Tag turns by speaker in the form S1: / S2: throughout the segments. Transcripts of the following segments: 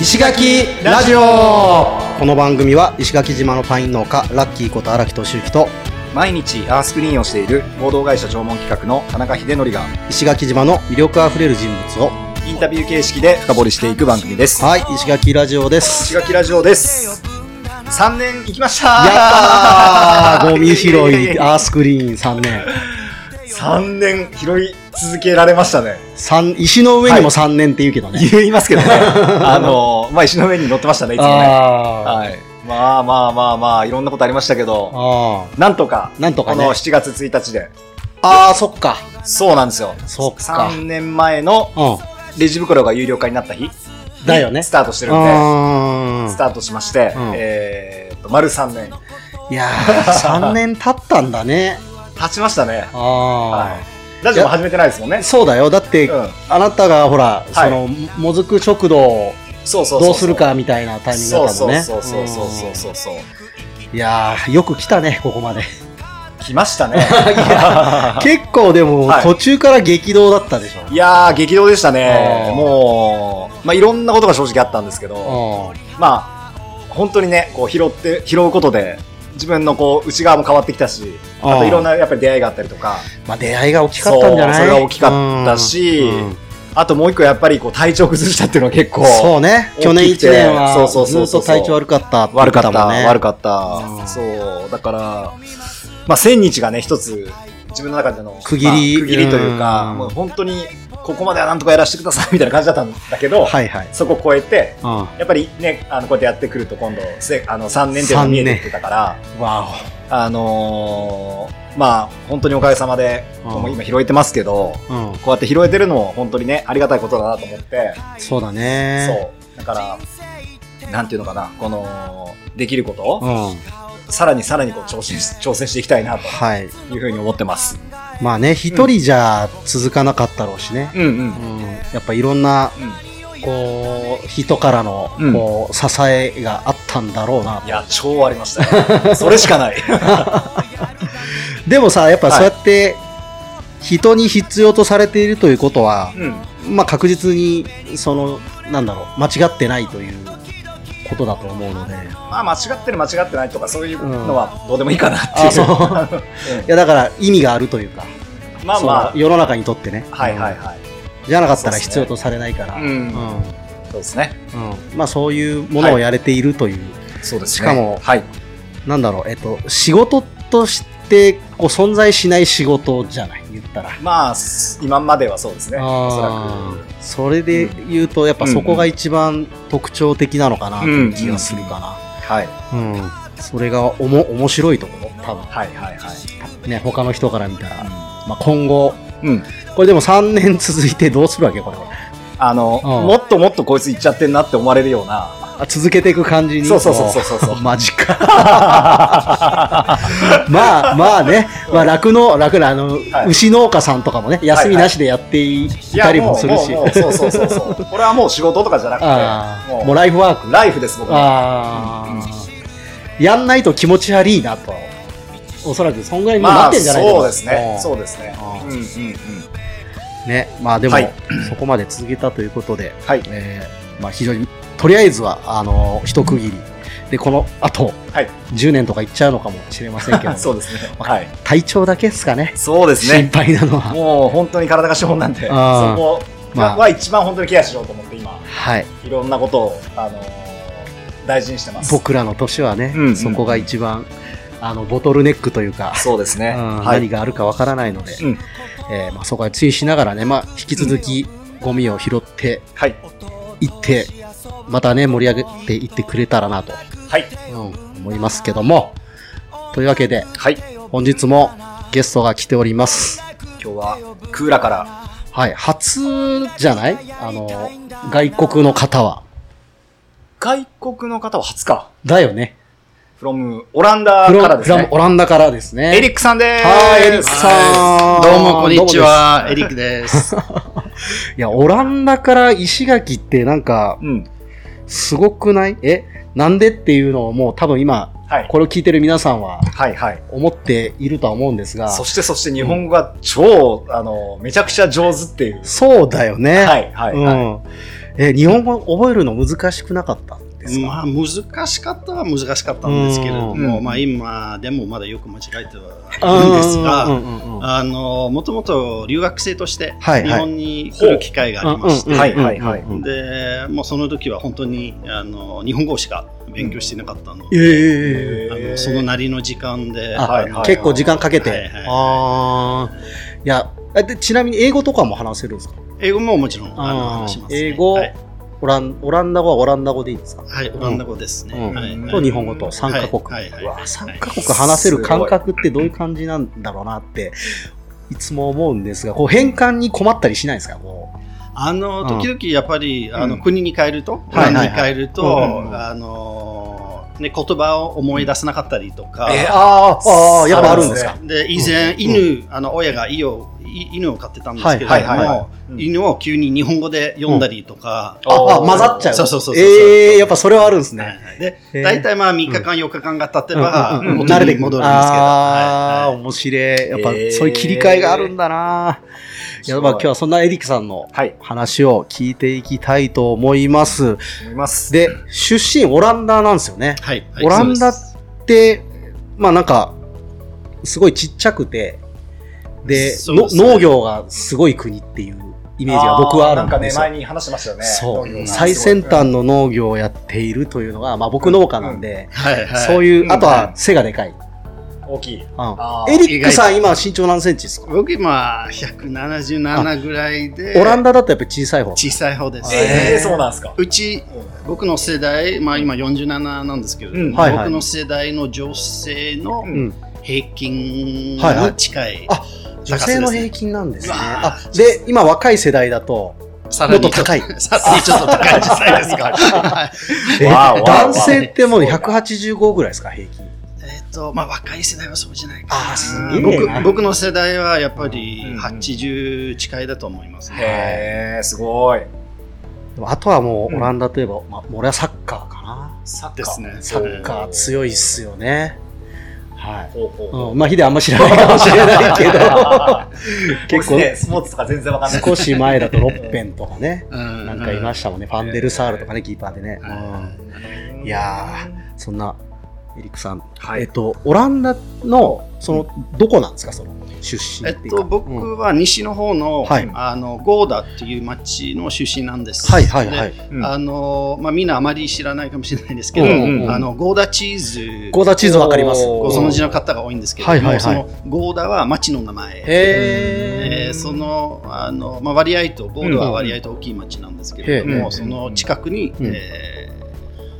S1: 石垣ラジオ
S2: この番組は石垣島のパイン農家ラッキーこと荒木敏之と
S3: 毎日アースクリーンをしている合同会社縄文企画の田中秀則が
S2: 石垣島の魅力あふれる人物を
S3: インタビュー形式で深掘りしていく番組です。
S2: はい石垣ラジオです
S3: 石垣ラジオです。3年行きました
S2: やったーゴミ拾
S3: ややや
S2: い
S3: や
S2: アースクリーン3年
S3: 3年拾い続けられましたね。
S2: 三石の上にも3年って言うけどね、
S3: 言いますけどね。あの、まあ、石の上に乗ってましたね、いつもね。
S2: あ
S3: はい。まあまあまあまあ、いろんなことありましたけ
S2: ー
S3: ど、
S2: あ
S3: なんとか、
S2: ーなんと
S3: こ
S2: かね
S3: の7月1日で、
S2: ああそっか
S3: そうなんですよ。
S2: そっか
S3: 3年前の
S2: う
S3: レジ袋が有料化になった日
S2: んだよね
S3: スタートしてるんで、
S2: あ
S3: スタートしまして、
S2: うん
S3: えーっと、丸3年。
S2: ーいやー3年経ったんだね
S3: 経ちましたね。
S2: あ
S3: は
S2: あ
S3: い。ラジオも始めてないですもんね。
S2: そうだよだって、
S3: うん
S2: あなたがほら、
S3: い
S2: そのもずく食堂を
S3: そうそうそうそう。
S2: どうするかみたいなタイミングだ
S3: そう
S2: ったも
S3: そ
S2: ん
S3: う
S2: ね
S3: そうそうそうそうそうそう。
S2: うんいやーよく来たねここまで
S3: 来 ましたね。
S2: 結構でも、
S3: はい
S2: 途中から激動だったでしょ
S3: いやー、激動でしたね
S2: う。ん
S3: もう、まあ、いろんなことが正直あったんですけど、
S2: うん
S3: まあ、本当にね、こう拾って、拾うことで、自分のこう内側も変わってきたし、
S2: うん
S3: あといろんなやっぱり出会いがあったりとか、
S2: まあ出会いが大きかったんじゃない
S3: そうそれが大きかったし
S2: うん
S3: あともう一個やっぱりこう体調崩したっていうのは結構
S2: そうね去年
S3: 大きくて
S2: 1年は
S3: そうそう
S2: ず
S3: そう
S2: っ
S3: そ
S2: と
S3: う
S2: 体調悪かったって言
S3: 悪
S2: て
S3: か
S2: た
S3: った、
S2: もんね
S3: 悪かった、
S2: うん
S3: そうだからまあ千日がね一つ自分の中での
S2: 区切り
S3: まあ区切りというか、
S2: うん
S3: もう本当にここまではなんとかやらせてくださいみたいな感じだったんだけど、
S2: はいはい、
S3: そこを超えて
S2: うん、
S3: やっぱりねあのこうやってやってくると今度せあの3年っていうのが見えてきてたから
S2: わ
S3: あのーまあ本当におかげさまで、
S2: うん
S3: もう今拾えてますけど
S2: お、うん、
S3: こうやって拾えてるのも本当にねありがたいことだなと思って、
S2: そうだね
S3: そうだからなんていうのかなこのできることを、
S2: うん、
S3: さらにさらにこう挑戦し挑戦していきたいなと
S2: はい
S3: いうふうに思ってます。
S2: まあね一人じゃ続かなかったろうしね、
S3: うんうん。
S2: うんやっぱいろんなこう人からの
S3: うん
S2: こう支えがあったんだろうな、
S3: いや、超ありましたよ。そ れしかない。
S2: でもさやっぱ
S3: はい
S2: そうやって人に必要とされているということは、
S3: うん。
S2: まあ確実にそのなんだろう間違ってないということだと思うのでい
S3: まあ、間違ってる間違ってないとか、そういうのはどうでもいいかなっていう。
S2: あそう
S3: う
S2: やだから意味があるというか、
S3: んまあ
S2: そ
S3: ま
S2: の世の中にとってね、
S3: あ、はいはい
S2: うん
S3: はい。
S2: じゃなかった
S3: そう
S2: ら
S3: っすね
S2: 必要とされないから
S3: うん
S2: うん
S3: そうですね。
S2: うんまあそういうものをやれているという、
S3: そうですね。
S2: しかも
S3: はい。
S2: なんだろう、えっと、仕事としてこう存在しない仕事じゃない、言ったら。
S3: まあ、す今まではそうですね。おそ
S2: あ
S3: ら
S2: ーそれで言うと、やっぱそこが一番特徴的なのかなという気がするか
S3: く。はい。
S2: な。うんそれがおも面白いところ、多
S3: はいはいは
S2: 分ね、他の人から見たら。
S3: い。
S2: まあ、今後、
S3: うん。
S2: これでも3年続いてどうするわけ、これ。
S3: あの、
S2: うん
S3: もっともっとこいついっちゃってんなって思われるような。
S2: あ続けていく感じに。
S3: そうそうそうそうそうそう
S2: こ うマジか。まあまあね、まあ楽の、楽な、あの、
S3: はい
S2: 牛農家さんとかもね、休みなしでやってい
S3: い
S2: たり
S3: も
S2: も
S3: う
S2: するし。
S3: もうもうそうそうそうそ う。これはもう仕事とかじゃな
S2: あ
S3: くて、
S2: あ、
S3: も
S2: もうライフワー
S3: う
S2: ク。
S3: ライフです、僕は。
S2: ああ、やんないと気持ち悪いなと。おそらく、そんぐらいに
S3: ま
S2: な
S3: あ、
S2: ってんじゃないかな
S3: そうですね。そうですね。
S2: う
S3: うんんうんうん。
S2: ね。まあでも、
S3: はい
S2: そこまで続けたということで、
S3: はい。
S2: えーまあ非常に、とりあえずは、あの、一区切り。で、この後、
S3: はい。、
S2: 10年とかいっちゃうのかもしれませんけど
S3: そうですね。はい。
S2: 体調だけですかね。
S3: そうです
S2: 心
S3: ね。
S2: 配なのは。
S3: もう本当に体が資本なんで、そ
S2: あー
S3: こ
S2: まあ
S3: は一番本当にケアしようと思って今、
S2: はい。
S3: いろんなことを、あのー大事にしてます。
S2: 僕らの年はね、
S3: うんうん
S2: そこが一番、あの、ボトルネックというか、
S3: そうです ね。
S2: うん
S3: はい
S2: 何。があるかわからないので、
S3: うん
S2: えーまあ、そこは注意しながらね、まあ、引き続きゴミを拾って
S3: はい。
S2: いって、またね、盛り上げていってくれたらなと、
S3: はい。
S2: うん思いますけども。というわけで、
S3: はい。
S2: 本日もゲストが来ております。
S3: 今日は、クーラから、
S2: はい、初じゃないあの、外国の方は。
S3: 外国の方は初か。
S2: だよね。
S3: from オランダ
S2: フロ
S3: からです
S2: フラム
S3: ね。
S2: オランダからですね。
S3: エリックさんです。
S2: はい、エリックさん。
S4: どうも、こんにち
S2: どうも
S4: は。エリックです。
S2: です。いや、オランダから石垣ってなんか、
S3: うん。
S2: すごくないえ、なんでっていうのをもう多分今、
S3: はい。
S2: これを聞いてる皆さんは
S3: はいはい。
S2: 思っているとは思うんですが、
S3: そしてそして日本語が超、あの、めちゃくちゃ上手っていう。
S2: そうだよね。
S3: はいはいはい。
S2: うん。え、日本語覚えるの難しくなかったん ですか、
S4: まあ、難しかったは難しかったんですけれども、
S3: うん
S4: まあ、今でもまだよく間違えてはいるん
S2: あ
S4: ですが、
S2: うんうんうんうん
S4: あのもともと留学生として
S2: はいはい
S4: 日本に来る機会がありまして、
S2: うん
S3: はいはいはい
S2: うんうんうん
S4: でもうその時は本当にあの日本語しか勉強してなかったの
S2: え
S4: で、
S2: え
S4: あのそのなりの時間で、
S2: あ
S3: はいはいはい
S2: 結構時間かけて。
S4: はいはい
S2: ああ。いや、えでちなみに英語とかも話せるんですか
S4: 英語ももちろんあの
S2: あー
S4: 話します、ね、
S2: 英語
S4: はい、
S2: オランオランダ語はオランダ語でいいですか、
S4: はいオランダ語ですね、
S2: うん
S4: はい
S2: と日本語と3カ国。
S4: はいはいはいう
S2: わ3カ国話せる感覚ってどういう感じなんだろうなって、いつも思うんですが、こう変換に困ったりしないですかこう
S4: あの
S2: うん
S4: 時々やっぱり、あ
S3: う
S4: の
S3: ん
S4: 国に帰ると、
S2: はいはいはい
S4: 国に帰ると、
S3: うん
S4: あのね言葉を思い出せなかったりとか、
S3: えーあー
S2: あーやっぱあるんですか
S4: で以前、犬あの親が家をい犬を飼ってたんですけれども、
S2: はいはいはい
S3: は
S4: 犬を急に日本語で読んだりとか、
S2: あ、あ
S3: おー
S2: 混ざっちゃう。
S4: そうそうそうそう
S2: ええやっぱそれはあるんです
S4: はい
S2: ね。
S4: はいで
S2: へー
S4: 大体まあ3日間、4日間が経てば、
S2: うんうんうん
S4: 元に戻るんですけど、
S2: ああ、
S4: はいはい
S2: 面白い。やっぱ、
S3: えー
S2: そういう切り替えがあるんだな。いや、まあ今日はそんなエリックさんの
S3: はい
S2: 話を聞いていきたいと思います。
S3: 思います
S2: で、出身オランダなんですよね。
S4: はいはい
S2: オランダっ
S4: そう
S2: で、まあなんか、すごいちっちゃくて、で、
S4: そう
S2: の
S4: ですね
S2: 農業がすごい国っていうイメージが僕はあるんですよ。
S3: なんかね前に話しましたよね
S2: そ
S3: 農業
S2: う。
S3: が
S2: 最先端の農業をやっているというのが、まあ僕農家なんで、
S4: ですはいはい、
S2: そう
S3: う
S2: い
S3: ん
S2: う、あとは背がでかい。
S3: 大きいあ
S2: う
S3: ー
S2: ん、エリックさん、今身長何センチですか
S4: 僕今177ぐらいで
S2: オランダだとやっぱり小さい方。
S4: 小さい方です、
S3: え
S2: え
S3: え
S2: ー
S3: そうなんですか
S4: うち僕の世代、まあ、今47なんですけれども、
S3: うん
S2: はいはい
S4: 僕の世代の女性の
S2: うん、
S4: 平均に
S2: はいはい
S4: 近い、
S2: あ女性の平
S4: 均
S2: 均なんですね。
S4: うわ
S2: あで、今若い世代だと、
S4: さ
S2: も
S4: ら
S2: っ
S4: にち
S2: と
S4: ょっと
S2: 高い。
S4: さらにちょっと 高い時代ですからはい
S2: え
S3: わおわお
S2: 男性ってもう185ぐらいですか、平均。
S4: えっとまあ若い世代はそうじゃないかな
S2: あーすげえな
S4: 僕僕の世代はやっぱり
S3: うん
S4: 80近いだと思います、ね
S3: へえすごい
S2: でもあとはも
S3: う
S2: う、
S3: ん
S2: オランダといえば、まあ、もう俺はサッカーかな。
S3: サッ
S4: ですね
S2: サッカー強いっすよね。はい。
S3: ほうほうほう
S2: うん、まあ、ヒデあんま知らないかもしれないけど、
S3: 結
S2: 結
S3: 構
S2: 構
S3: ねスポーツとか全然わかんない
S2: 少し前だとロッペンとかね、
S4: うん
S2: なんかいましたもんね。ファンデルサールとかね、キーパーでね。うん いやそんなエリックさん、
S3: は
S2: えっと、オランダのそのどこなんですか、その出身
S4: え
S2: って
S4: っ
S2: いうか。
S4: と、
S2: うん
S4: 僕は西の方の,、
S2: はい
S4: あのゴーダっていう町の出身なんです。
S2: はいはいはい
S4: で。
S3: うん
S4: あのまあ、みんなあまり知らないかもしれないですけど、
S3: うんうんうん
S4: あのゴーダチーズ
S2: ゴーダチーズわかります。
S3: おー
S4: ご存知の方が多いんですけれども、
S2: はいはいはい
S4: そのゴーダは町の名前、
S2: へ
S4: えーそのあの、まあ、割合とゴーダは割合と大きい町なんですけれども、
S3: うんうん
S4: その近くに、
S2: ん
S4: えー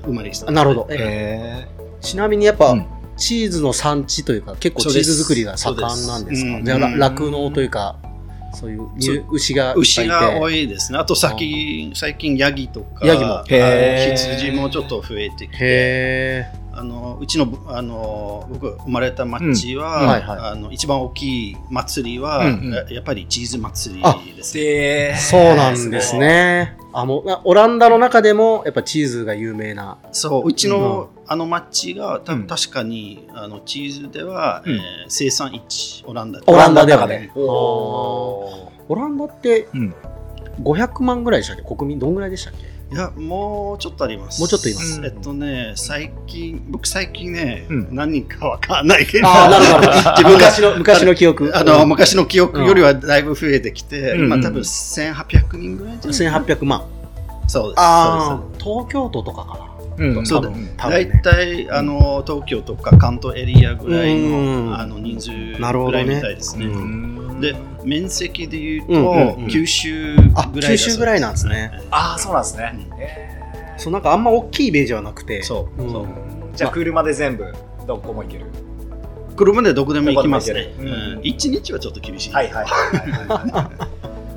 S4: 生まれした
S2: ー。なるほど。え
S3: へ
S2: ちなみにやっぱ、
S3: うん
S2: チーズの産地というか、結構
S4: そう
S2: チー
S4: です
S2: ズ作りが盛んなんです
S4: そう
S2: か。
S4: です
S2: じゃあ、
S4: うん
S2: 酪農というか、そういう乳牛がいっぱいいて。
S4: 牛が多いですね。あと先最近ヤギとか
S2: ヤギも
S4: あの
S3: へー
S4: 羊もちょっと増えてきて
S2: へ
S4: あのうちのあの僕生まれた町は、
S2: うんはいはい
S4: あの一番大きい祭りは、
S3: うんうん
S4: ややっぱりチーズ祭りですね。
S3: え
S2: え。そうなんですね。あもうなオランダの中でもやっぱチーズが有名な。
S4: そううちの、あの町が多
S3: うん
S4: 分確かにあのチーズでは、
S3: うん
S4: えー生産一オランダ
S2: オランダで
S3: だか
S2: は
S3: ら
S2: ね。
S3: おー
S2: オランダって
S3: うん
S2: 500万ぐらいでしたっけ国民どんぐらいでしたっけ
S4: いやもうちょっとあります。
S2: もうちょっといます
S4: えっとね最近僕最近ね、
S3: うん
S4: 何人かわかんないけど。
S2: ああ、なるほ ど。自分昔の、昔の記憶。
S4: あの、昔の記憶よりはだいぶ増えてきて、
S3: うん
S4: 今多分1800人ぐらいじゃないかな
S2: 1800万。
S4: そうです。
S2: あ
S4: そう
S2: あ、東京都とかかな。
S3: うん
S4: そう
S3: 多分
S4: です
S2: 多分
S4: 大
S2: ね
S4: 体、あの東京とか関東エリアぐらい
S2: うん
S4: のあの人数ぐ
S2: なるほど
S4: ら
S2: ね
S4: いみたいですね。
S2: う
S4: で、面積でいうと、
S2: うんうんうん
S4: 九州
S2: あ、
S4: ぐらいだそう
S2: 九州ぐらい
S4: な
S2: なんですね。
S3: ああそうなんですね
S4: う
S3: へ
S2: そう、なんかあんま大きいイメージはなくて。
S4: そうう、
S2: ん
S4: そう
S3: ーじゃあ車で全部どこも行ける
S4: 車でどこでも行きますね
S3: ど。こ
S4: う
S3: でも行ける
S4: ん一、日はちょっと厳しい。
S3: はいはいはいはい は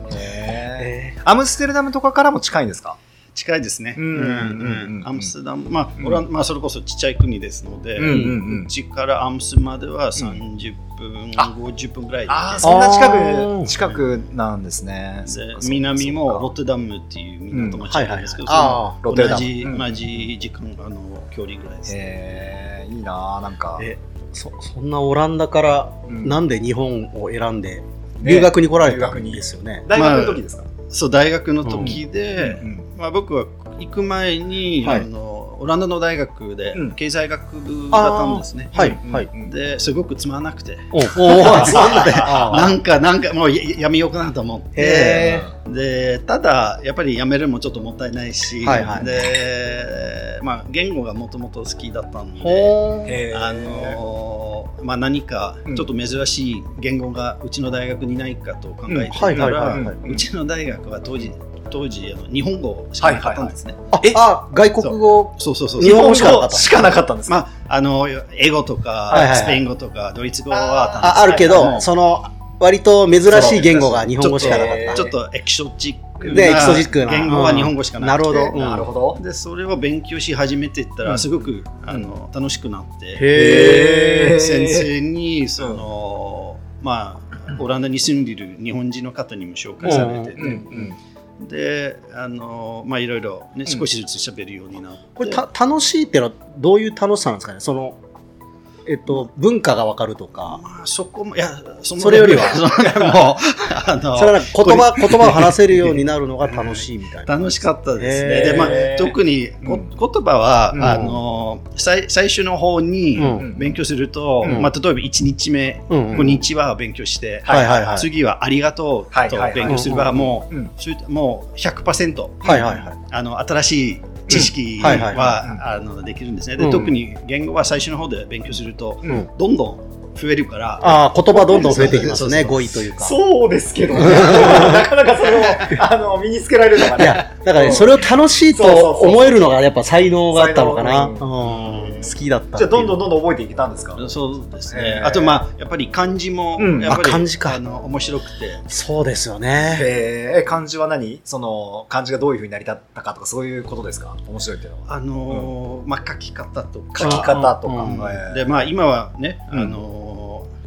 S3: いへ
S2: え
S3: ーアムステルダムとかからも近いんですか
S4: 近いですね。
S3: うん
S4: うん
S3: うん
S4: アムステルダム、まあ、オランまあ、それこそちっちゃい国ですので、
S3: うんうんうん
S4: うちからアムスまでは30分、
S3: あ
S4: 50分ぐらいで
S3: ああ
S4: 行
S3: そん
S2: あ
S3: な近
S2: ー
S3: く近くなんですねそっ
S4: け
S3: かそっ
S4: ま
S3: か
S4: すで南もロ
S3: そ
S4: ッ
S3: っか
S4: テダムっていう港町なんですけど、
S2: うんはいはいはいあ
S3: ロッテダム
S4: 同じ、
S3: うん
S4: 同じ時間あの距離ぐらいです、ね
S3: へえいいなーなんか
S2: えそそんなオランダから
S3: うん
S2: なんで日本を選んで
S3: ね
S2: 留学に来られ
S3: 留
S2: た
S3: 学
S2: ん
S3: に
S2: ですよね。
S3: 大学の時ですか
S4: そう大学の時で、
S3: うん
S4: まあ、僕は行く前に、
S2: はい
S4: あのオランダの大学で
S3: うん
S4: 経済学部だったんですね。
S2: はい
S3: うん
S2: はい。
S3: うん
S4: ですごくつまんなくて
S2: おおお そんなで。
S4: な
S2: あ
S4: んかなんかもうややめようかなと思っ
S2: ー
S4: て
S2: へ
S4: でただやっぱりやめるのもちょっともったいないし、
S2: はいはい
S4: でまあ、言語がもともと好きだったの
S2: ー
S4: で。
S2: ほー。
S3: へー
S4: あのーまあ、何か
S3: うん
S4: ちょっと珍しい言語がうちの大学にないかと考えて
S2: はい
S4: た
S2: はい
S4: ら
S2: は
S3: う
S2: い
S3: ん
S2: はい。
S4: うちの大学は当時当時あの日本語しかなかったんですね。
S2: あ
S3: え
S2: あ、外国語。
S4: そうそうそう
S2: 日本語しかなか
S3: 語
S2: った
S3: しかなかったんですか、
S4: まああの英語と
S2: いはい
S4: か
S2: はい
S4: スペイン語とかドイツ語はったんです
S2: あ、あるけ
S4: は
S2: ど、
S4: い
S2: その、割と珍しい言語が日本語しかなかった。
S4: ちょっとエキゾチックな
S2: でエキゾチックな
S4: 言語は日本語しかな
S2: なる
S4: く
S2: ほ
S4: て、
S2: ど。
S3: なるほど。
S4: でそれを勉強し始めていった
S3: う
S4: ら
S3: ん
S4: すごく、あの楽しくなって
S3: へー
S4: 先生にその、まあオランダに住んでいる日本人の方にも紹介されてて、
S3: うんうん
S4: であのまあいろいろね少しずつ喋るようになって、
S2: これた楽しいってのはどういう楽しさなんですかねその、えっと、文化がわかるとか、
S4: まあそこもいやその
S2: それよりは
S4: そのもうあの
S2: それはなんか言葉言葉を話せるようになるのが楽しいみたいな。
S4: 楽しかったです
S2: へ
S4: ね。
S2: ー
S4: でまあ、特にこ、
S3: うん
S4: 言葉は、
S3: うん
S4: あの最最初の方に
S2: うん
S3: うん
S4: 勉強すると、
S3: うん
S4: まあ、例えば1日目「
S2: うんうん
S4: こんにちは」を勉強して、
S2: はいはいはい。
S4: 次は「ありがとう」
S3: はい
S4: と
S3: はいはい
S4: 勉強すれば、
S2: うん
S4: もう,、
S3: うん
S4: そういったもう100%
S2: はいはいはい。
S4: あの新しい知識
S2: うん
S4: は,、
S2: はいはい
S3: は
S4: あのできるんですね。
S2: う
S4: で
S2: ん
S4: 特に言語は最初の方で勉強すると、
S3: うん
S4: どんどん増えるから。
S2: ああ、言葉どんどん増えていきます
S4: そうそう
S2: ね、
S4: そう
S2: 語彙というか。
S3: そうですけどね、なかなかそれをあの身につけられるのが
S2: い
S3: ね、
S2: や、だからね、それを楽しいと思えるのがやっぱ才能があったのかな。
S3: 才
S2: うん、
S3: 能
S2: 好きだったっていう。
S3: じゃあどんどんどんどん覚えていけたんですか
S4: そうです
S3: へ
S4: ね。
S3: ー
S4: あとまあやっぱり漢字も
S3: うん
S4: やっぱり、
S2: あ漢字か
S4: あの面白くて、
S2: そうですよね。
S3: えー、漢字は何その漢字がどういうふうになりたったかとかそういうことですか面白いっていうのは
S4: あのーまあ書き方とか
S3: 書き方とか、
S2: うん
S3: えー
S4: でまあ今はね、
S3: うん
S4: あのー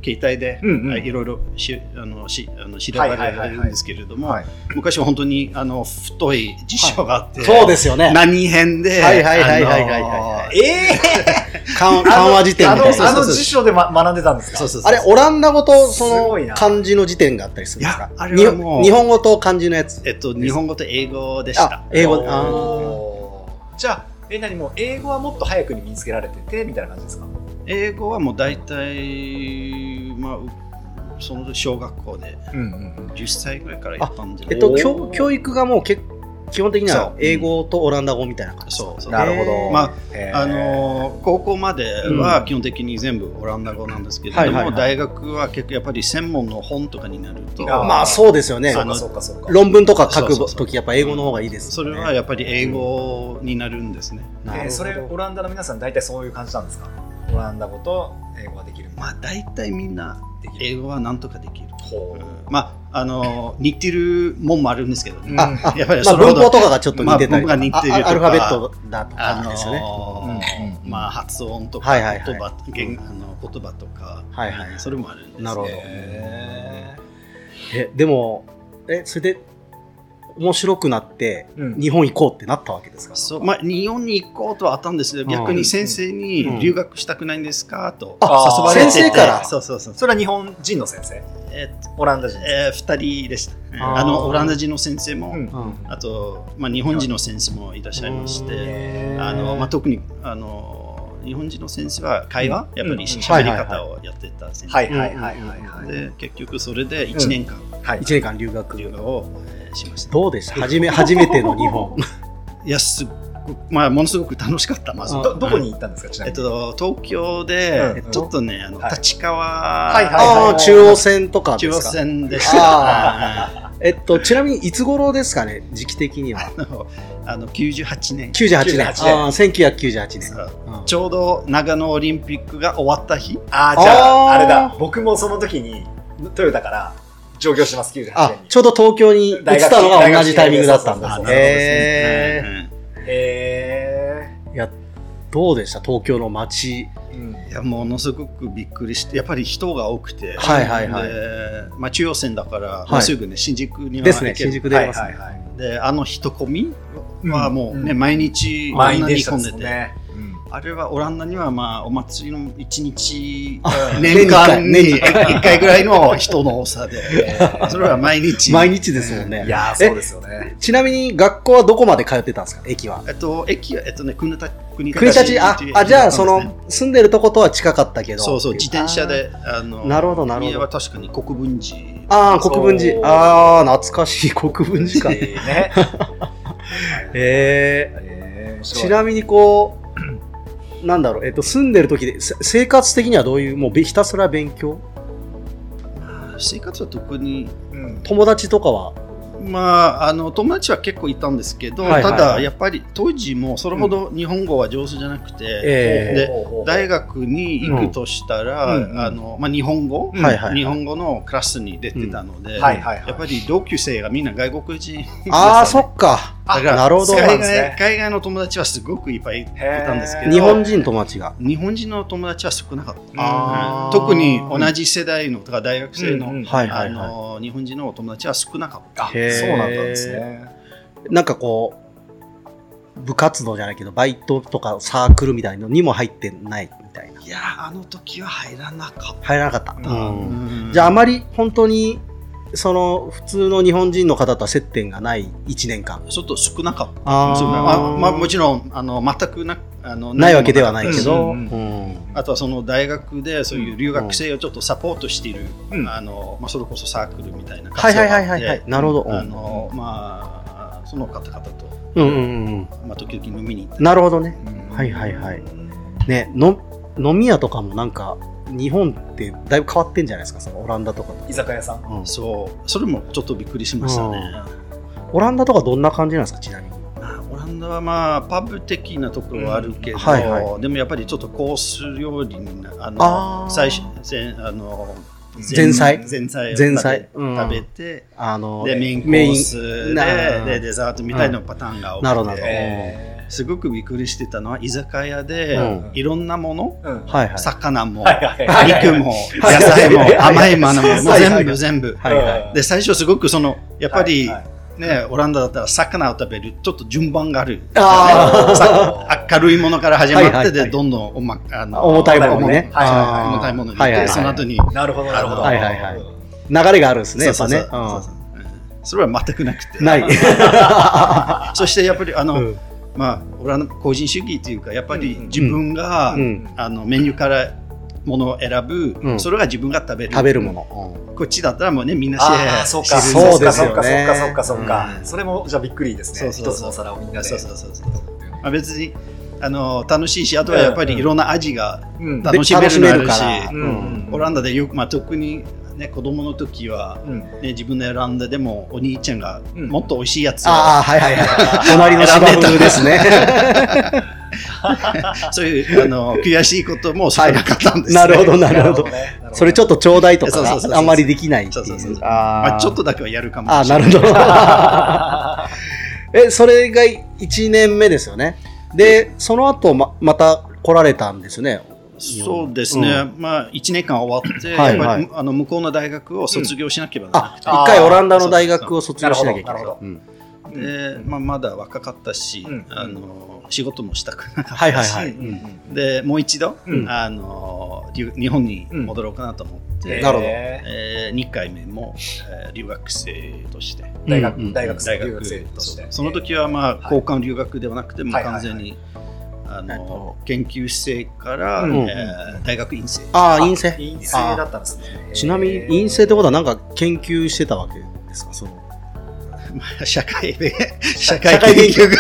S4: 携帯で、
S3: うんうん
S4: いろいろしあのしあの調べられるんですけれども、
S3: はい
S4: 昔は本当にあの太い辞書があって、
S2: そうですよね。
S4: 何編で、
S2: はいはいはいはいはいはい
S4: あのー
S3: え
S2: 緩
S3: ー、
S2: 緩和辞典
S3: あ
S2: み
S3: の
S2: たい
S3: あ
S2: な。
S3: の辞書で、ま、学んでたんですか
S4: そうそうそう
S2: あれ、オランダ語とそ
S3: すごいな
S2: の漢字の辞典があったりするんです
S4: い
S2: か
S4: やあれはもう
S2: 日本語と漢字のやつ。
S4: えっと日本語と英語でした。
S2: あ英語
S3: おーじゃあえ何もう英語はもっと早くに身につけられててみたいな感じですか
S4: 英語はもう大体まあうその小学校で
S3: うんうん
S4: 10歳ぐらいからやったんで、
S2: えっと、
S3: おー
S2: 教教育がもうけ基本的に
S4: そう
S2: は英語とオランダ語みたいな感じ。
S4: そうそう
S3: なるほど、
S2: へー
S4: まあ
S3: へー
S4: あのー高校までは基本的に全部オランダ語なんですけれども、
S2: はいはいはい
S4: 大学は結構やっぱり専門の本とかになると
S3: あー
S2: まあ、そうですよね。
S3: そう
S4: あの
S3: かそうかそうか
S2: 論文とか書
S4: そうそう
S2: く
S4: そう
S2: とき、やっぱ英語の方がいいです、ね。
S4: それはやっぱり英語になるんですね、
S2: なるほ
S3: えー
S2: ど
S3: それオランダの皆さん大体そういう感じなんですかオランダ語と英語ができる
S4: まあ大体みんな
S3: できる
S4: 英語はなんとかできる、
S3: ほう
S4: まああのー似てるもんもあるんですけどね、
S2: ああ
S4: やっぱり
S2: まあ、
S4: それ
S2: 文法
S4: ほど
S2: とかがちょっと似てたり
S4: まあ文法が似てるとか
S2: あアルファベットだと
S4: あ
S2: か
S4: の
S2: ですよね。
S4: ー
S3: うん
S4: まあ発音とか
S2: はい
S4: 言
S2: はいはい
S4: 葉言あの言葉とか、
S2: はいはい
S4: それもあるんです
S2: なるほど
S3: へ
S2: えでもえそれで面白くなって
S3: ーうん
S2: 日本行こうってなったわけですか、
S4: そうまあ、日本に行こうとはあったんですけど逆に先生
S2: うん
S4: に留学したくないんですかと
S3: あ
S4: 誘われてて
S2: 先生から
S4: そうそうそう、
S3: それは日本人の先生
S4: えっと
S3: オランダ人の先
S4: え2人でした
S2: あー
S4: あのオランダ人の先生も、
S3: 生う
S2: う
S3: ん
S2: ん
S4: あと、まあ、日本人の先生もいらっしゃいまして、
S3: へー
S4: あのまあ、特にあの日本人の先生は会話、やっぱ
S3: うん
S4: りしゃべり方をやってた先生、
S3: はいはいはいはいはい
S4: で結局それで1年間
S3: はい
S2: 1年間留学
S4: 留学をえーしました、
S2: どうでした 初め初めての日本
S4: いやすっごくまあ、ものすごく楽しかったまず
S2: あ
S3: どどこに行ったんですかちな
S4: え
S3: み
S4: っ
S3: に
S4: と、東京で、
S3: うん
S4: ちょっとね、あの
S3: はい
S4: 立川、
S3: はいはい
S2: ああ中央線とかで
S4: 中央
S2: すか
S4: 線でし
S2: あ
S4: た。
S2: えっとちなみにいつ頃ですかね時期的には
S4: あのあの98年、
S2: 98年
S3: 98年
S2: ああ1998年、
S4: そう
S2: うん
S4: ちょうど長野オリンピックが終わった日、
S3: あーじゃああ
S2: あー
S3: れだ僕もその時にトヨタから上京してます98
S2: あ
S3: 年に
S2: ちょうど東京に移ったのが同じタイミングだったん
S3: 大
S2: だ
S3: 学
S2: へえ
S3: へ
S2: いや、どうでした東京の街。
S3: えうん
S4: うんいやものすごくびっくりして、やっぱり人が多くて、
S2: はいはいはい
S4: でまあ、中央線だから、
S2: い
S4: まあすぐね、新宿には
S2: ですね、
S4: 行け
S2: 新
S4: る
S2: 宿で
S3: は
S2: や
S3: い
S2: ります
S3: はい
S2: ね。
S3: はい
S4: であの人混みはもうね、
S3: うん
S4: 毎日こんな
S3: 満員
S4: に
S3: 電車
S4: 混
S3: で
S4: んですて、
S3: ねうん
S4: あれはオランダにはまあお祭りの一日
S2: あ
S4: 年間
S2: 年
S4: に
S2: に一
S4: 一回ぐらいの人の 多さでそれは毎日
S2: 毎日ですもんね。
S3: いやー、そうですよね。
S2: ちなみに学校はどこまで通ってたんですか、駅は。
S4: えっと駅はえっとね国立国
S2: 国立、あ、あじゃあ、その、住んでるとことは近かったけど。
S4: そうそう自転車。であ
S2: あ
S4: の
S2: ーなるほど、なるほ
S4: 家
S2: ど
S4: は。確かに国分寺
S2: ああ、国分
S3: そう
S2: 寺。ああ、懐かしい、国分寺か。
S3: いいね。
S2: ええ
S3: えー
S2: ちなみにこう、なんだろう、えっと、住んでる時で、せ生活的にはどういう、もうべひたすら勉強
S4: 生活は特に
S3: うん
S2: 友達とかは。
S4: まあ、あの友達は結構いたんですけど、
S2: はいはいはい
S4: ただやっぱり当時もそれほど日本語は上手じゃなくて、
S2: え
S3: ほうほうほう
S4: 大学に行くとしたら、
S3: うん
S4: あのまあ、日本語、
S2: うんはいはいはい
S4: 日本語のクラスに出てたので、
S3: んはいはいはい
S4: やっぱり同級生がみんな外国人
S2: えああ、そっか。
S4: だから
S2: なるほど
S3: そうなん
S4: 海
S3: です
S4: 外、
S3: ね
S4: 海外の友達はすごくいっぱいいたんですけ
S3: へー
S4: ど
S2: 日本人友達が。
S4: 日本人の友達は少なかった、
S3: あ
S4: うん
S3: ー
S4: 特に同じ世代のとか大学生の,、
S3: うんうん
S2: はいは
S4: あ
S2: いは
S4: の日本人のお友達は少なかった。
S3: あ、
S2: へー
S3: そうなんですね。
S2: い。なんかこう、部活動じゃないけど、バイトとかサークルみたいのにも入ってないみたいな。
S4: いやーあの時は入らなかっ
S2: 入らなかった。
S3: うん
S2: うん
S4: た。
S2: じゃああ
S4: ま
S2: まり本当に、その普通の日本人の方とは接点がない1年間。
S4: ちょっと少なかった。
S2: あ
S4: そうまあまあ、もちろんあの全くなあの
S2: ないわけではないけど、
S3: うん
S2: うん
S4: あとはその大学でそういう留学生をちょっとサポートしている、
S3: うん
S4: あのまあ、それこそサークルみたいな
S2: はい
S4: 活動
S2: はい
S4: があ
S2: は
S4: っ
S2: い
S4: て
S2: はいはい、なるほど、
S4: あのまあその方々と、
S2: うんうんうん
S4: まあ、時々飲みに行っ
S2: うん、なるほどね、
S3: うん
S2: はいはいはいねの飲み屋とかもなんか日本ってだいぶ変わってんじゃないですかそのオランダとかと、
S3: 居酒屋さん。
S2: うん
S4: たそうそれもちょっとびっくりしましたね、
S2: オランダとかどんな感じなんですかちなみに
S4: まあオランダはまあパブ的なところはあるけど、
S2: うんはいは
S4: でもやっぱりちょっとコース料理になあの
S2: あー
S4: 最初前あの
S2: 前菜
S4: 前菜を
S2: 前菜
S4: 食べ,、
S2: うん
S4: 食べて
S2: あの
S4: でメインコ
S2: メイ
S4: ー
S2: ン
S4: ス
S2: な
S4: で
S2: あ
S4: でデザートみたいなパターンが多くて、
S2: なるほどなるほど
S3: え
S4: すごくびっくりしてたのは居酒屋で、
S2: うん
S4: いろんなもの、
S3: ーうん
S2: はいはい
S4: 魚も、
S3: はいはいはい
S4: 肉も
S3: はい
S4: 野菜も
S3: はいはい
S4: 甘いものももう
S3: はいは
S4: 全
S3: いは
S4: 部全部。
S2: はいはい
S3: うん
S4: で最初すごくそのやっぱり、
S3: はいはい
S4: ね、オランダだったら魚を食べるちょっと順番がある
S2: あー
S4: さ明るいものから始まってで、
S2: はいはいはい
S4: どんどんおまあの
S2: 重たいものね
S4: 重たい
S2: あー
S4: 重たいものに
S2: はいはい
S4: 行
S2: は
S4: って
S2: い
S4: その後に
S3: なるほど、なるほど。
S2: はいはいはい
S3: うん
S2: 流れがあるんですねやっ
S4: そ
S2: ぱ
S4: うそう
S2: ね
S4: そうそうそううんそれは全くなく
S2: うん
S4: て
S2: ない
S4: そしてやっぱりあの、
S2: うん
S4: まあオランダ個人主義というかやっぱり
S3: うん
S4: 自分が、
S2: うん
S4: あのメニューからものを選ぶ、
S2: うん
S4: それが自分が食べる
S2: 食べるもの、
S4: こっちだったらもうねみんなシェ
S3: あ
S4: ア
S3: あ、そうか、
S4: し
S2: 知
S4: る
S2: る
S3: そうか、そ
S2: そうう
S3: か、
S2: ですよ
S3: そうか、
S2: ね
S3: そうか、そうか
S4: う。ん
S3: それも、じゃあびっくりです
S4: そ
S3: ね。
S4: うそうそう
S3: 一つのお皿をみんなで。
S4: そうそうそうそうまあ、別にあの楽しいしあとはやっぱりいろんな味が
S3: うん
S2: うん
S4: 楽しめるのあるし
S2: 楽しめるから
S3: う
S2: うんん
S4: オランダでよく、まあ、特に、ね、子供の時は、
S3: うん
S4: ね、自分の選んだでもお兄ちゃんが
S3: うん
S4: もっと美味しいやつを、
S2: ああはいはいはい 隣の芝生ですね
S4: そういうあの悔しいことも少なかったんです、ね
S2: なるほどなるほど
S3: ねなるほど
S2: それちょっとちょうだいとか
S4: そうそうそうそう
S2: あんまりできないって
S4: そうそう
S2: い
S4: そうう。
S2: あ
S4: まあ、
S2: ー
S4: ちょっとだけはやるかも
S2: あー
S4: し
S2: な
S4: れ
S2: るほ
S4: ない。
S2: ど。 え、それが1年目ですよね。で、その後ま、また来られたんですよね。
S4: そうですね、まあ、1年間終わって、
S2: はいはい
S4: やっぱりあの向こうの大学を卒業しなければなら
S2: あ
S4: な、
S2: 一回オランダの大学を卒業しなきゃいけ
S3: な
S2: な
S3: る
S2: い
S3: ほ。
S2: う
S3: ど
S2: ん
S4: くて、でまあ、まだ若かったし、
S3: うん
S4: あの仕事もしたくなかっ
S2: はい
S4: た
S2: はい
S4: し、
S2: はい。
S3: うん
S4: でもう一度、
S3: うん
S4: あの留日本に戻ろうかなと思って、
S2: なるほど
S4: え2回目も、えー留学生として
S3: 大
S2: うんう
S3: 学、
S2: ん
S3: 大学生、
S4: 大
S3: 留
S4: 学
S3: 学生として。
S4: その時はまあ、
S3: い
S4: 交換留学ではなくてもう
S3: はいはいは
S4: 完
S3: い
S4: 全に、あ
S2: えっ
S4: の
S2: と
S4: 研究生から、
S3: うん
S4: えー大学院生
S2: ああ、陰性。
S3: 陰性だったんですね。
S2: ちなみに、陰性ってことはなんか研究してたわけですかその
S4: まあ 社会で社会研究が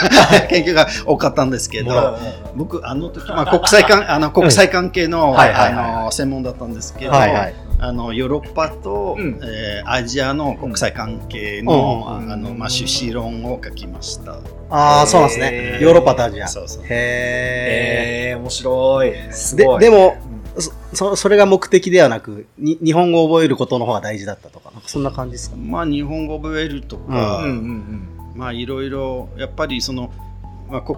S4: 研究が多かったんですけ
S3: うんう
S4: ど、
S3: んうん
S4: 僕あの時、まあ、国際関あの国際関係の,、
S3: はいはいはい
S4: あの専門だったんですけど、
S2: はいはい。
S4: あのヨーロッパと、
S3: うん
S4: えーアジアの国際関係の,、
S3: うん
S4: あのまあ、修士論を書きました。
S2: ああ、そうなんです
S3: へ
S2: ね
S3: ー。
S2: ヨーロッパとアジア。
S4: そうそう
S2: へえ。
S3: えー、面白い。す
S2: で
S3: ごい。
S2: でも
S3: うん、
S2: そそそれが目的ではなく、に日本語を覚えることの方が大事だったとか、なんかそんな感じですか
S4: まあ、日本語覚えるとか、
S3: うんうん
S4: まあいろいろやっぱりその、まあ、国